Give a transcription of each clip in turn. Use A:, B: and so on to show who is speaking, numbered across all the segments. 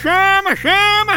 A: chama, chama!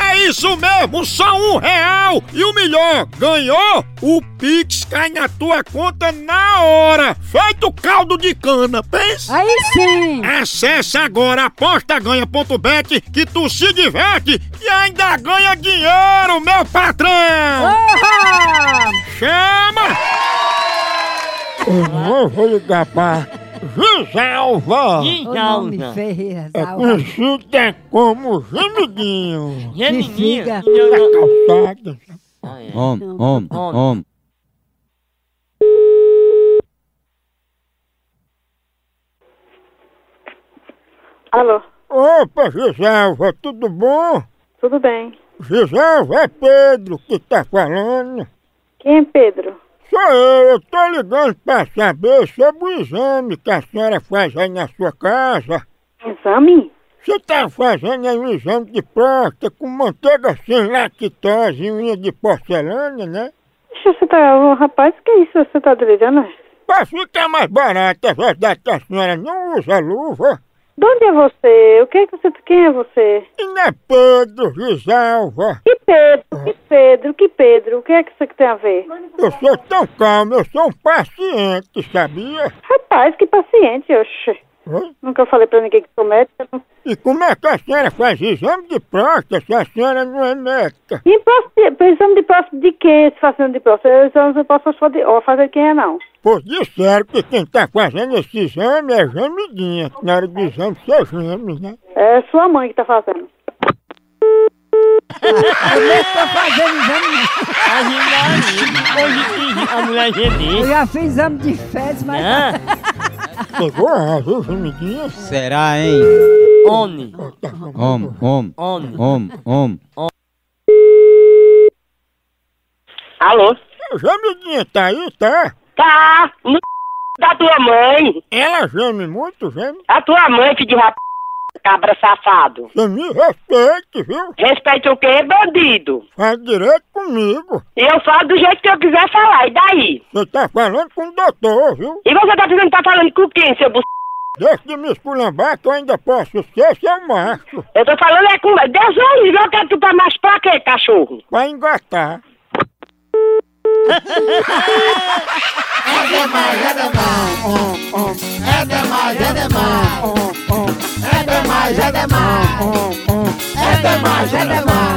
A: É isso mesmo, só um real! E o melhor, ganhou? O Pix cai na tua conta na hora! Feito caldo de cana, pensa!
B: Aí sim!
A: Acesse agora apostaganha.bet que tu se diverte e ainda ganha dinheiro, meu patrão!
B: Oba!
A: Chama! Eu vou ligar pra Gisalva,
B: O nome Ferreira
A: um.
B: Zalva.
A: conhecida É como Gemidinho,
B: Bexiga.
A: calçada.
C: Om, om, om.
D: Alô,
A: Opa, Gisalva, tudo bom?
D: tudo bem?
A: Gisalva, é Pedro que tá falando.
D: Quem é Pedro?
A: Sou eu, eu tô ligando pra saber sobre o exame que a senhora faz aí na sua casa.
D: Exame?
A: Você tá fazendo aí um exame de próstata com manteiga sem lactose e unha de porcelana, né?
D: Deixa você tá. ô, Rapaz, que isso? Você tá delirando?
A: Pra ficar mais barato, é verdade que a senhora não usa luva.
D: De onde é você? O que é que você. Quem é você?
A: E não é Pedro, Gisalva.
D: Que Pedro? Que Pedro? Que Pedro? O que é que isso aqui tem a ver?
A: Eu sou tão calmo, eu sou um paciente, sabia?
D: Rapaz, que paciente, oxe.
A: Hã?
D: Nunca falei pra ninguém que sou médica. não.
A: E como é que a senhora faz exame de próstata se a senhora não é médica?
D: E próstata- exame de próstata de quê? Se fazendo de próstata? Eu exame de próstata só de. Ó, fazer quem é não.
A: Pois disseram que quem tá fazendo esse exame é gemidinha. Na hora do exame você geme, né?
D: É sua mãe que tá fazendo.
B: Eu já fiz exame de fezes, mas.
A: Pegou a viu, gemidinha? tá
C: Será, hein?
E: Oni,
C: Om, om,
E: Oni.
C: om, om.
F: Alô?
A: Gemidinha tá aí, tá?
F: Tá, no da tua mãe.
A: Ela geme muito, geme.
F: A tua mãe, filho de rap... cabra safado.
A: Você me respeite, viu?
F: Respeita o quê, bandido?
A: Faz direito comigo.
F: E eu falo do jeito que eu quiser falar, e daí?
A: Você tá falando com o doutor, viu?
F: E você tá dizendo que tá falando com quem, seu bu...
A: Deixa de me esculambar que eu ainda posso ser seu macho.
F: Eu tô falando é com... Deus o livre, eu quero tu pra mais pra quê, cachorro?
A: Vai engatar.
B: É demais, é demais.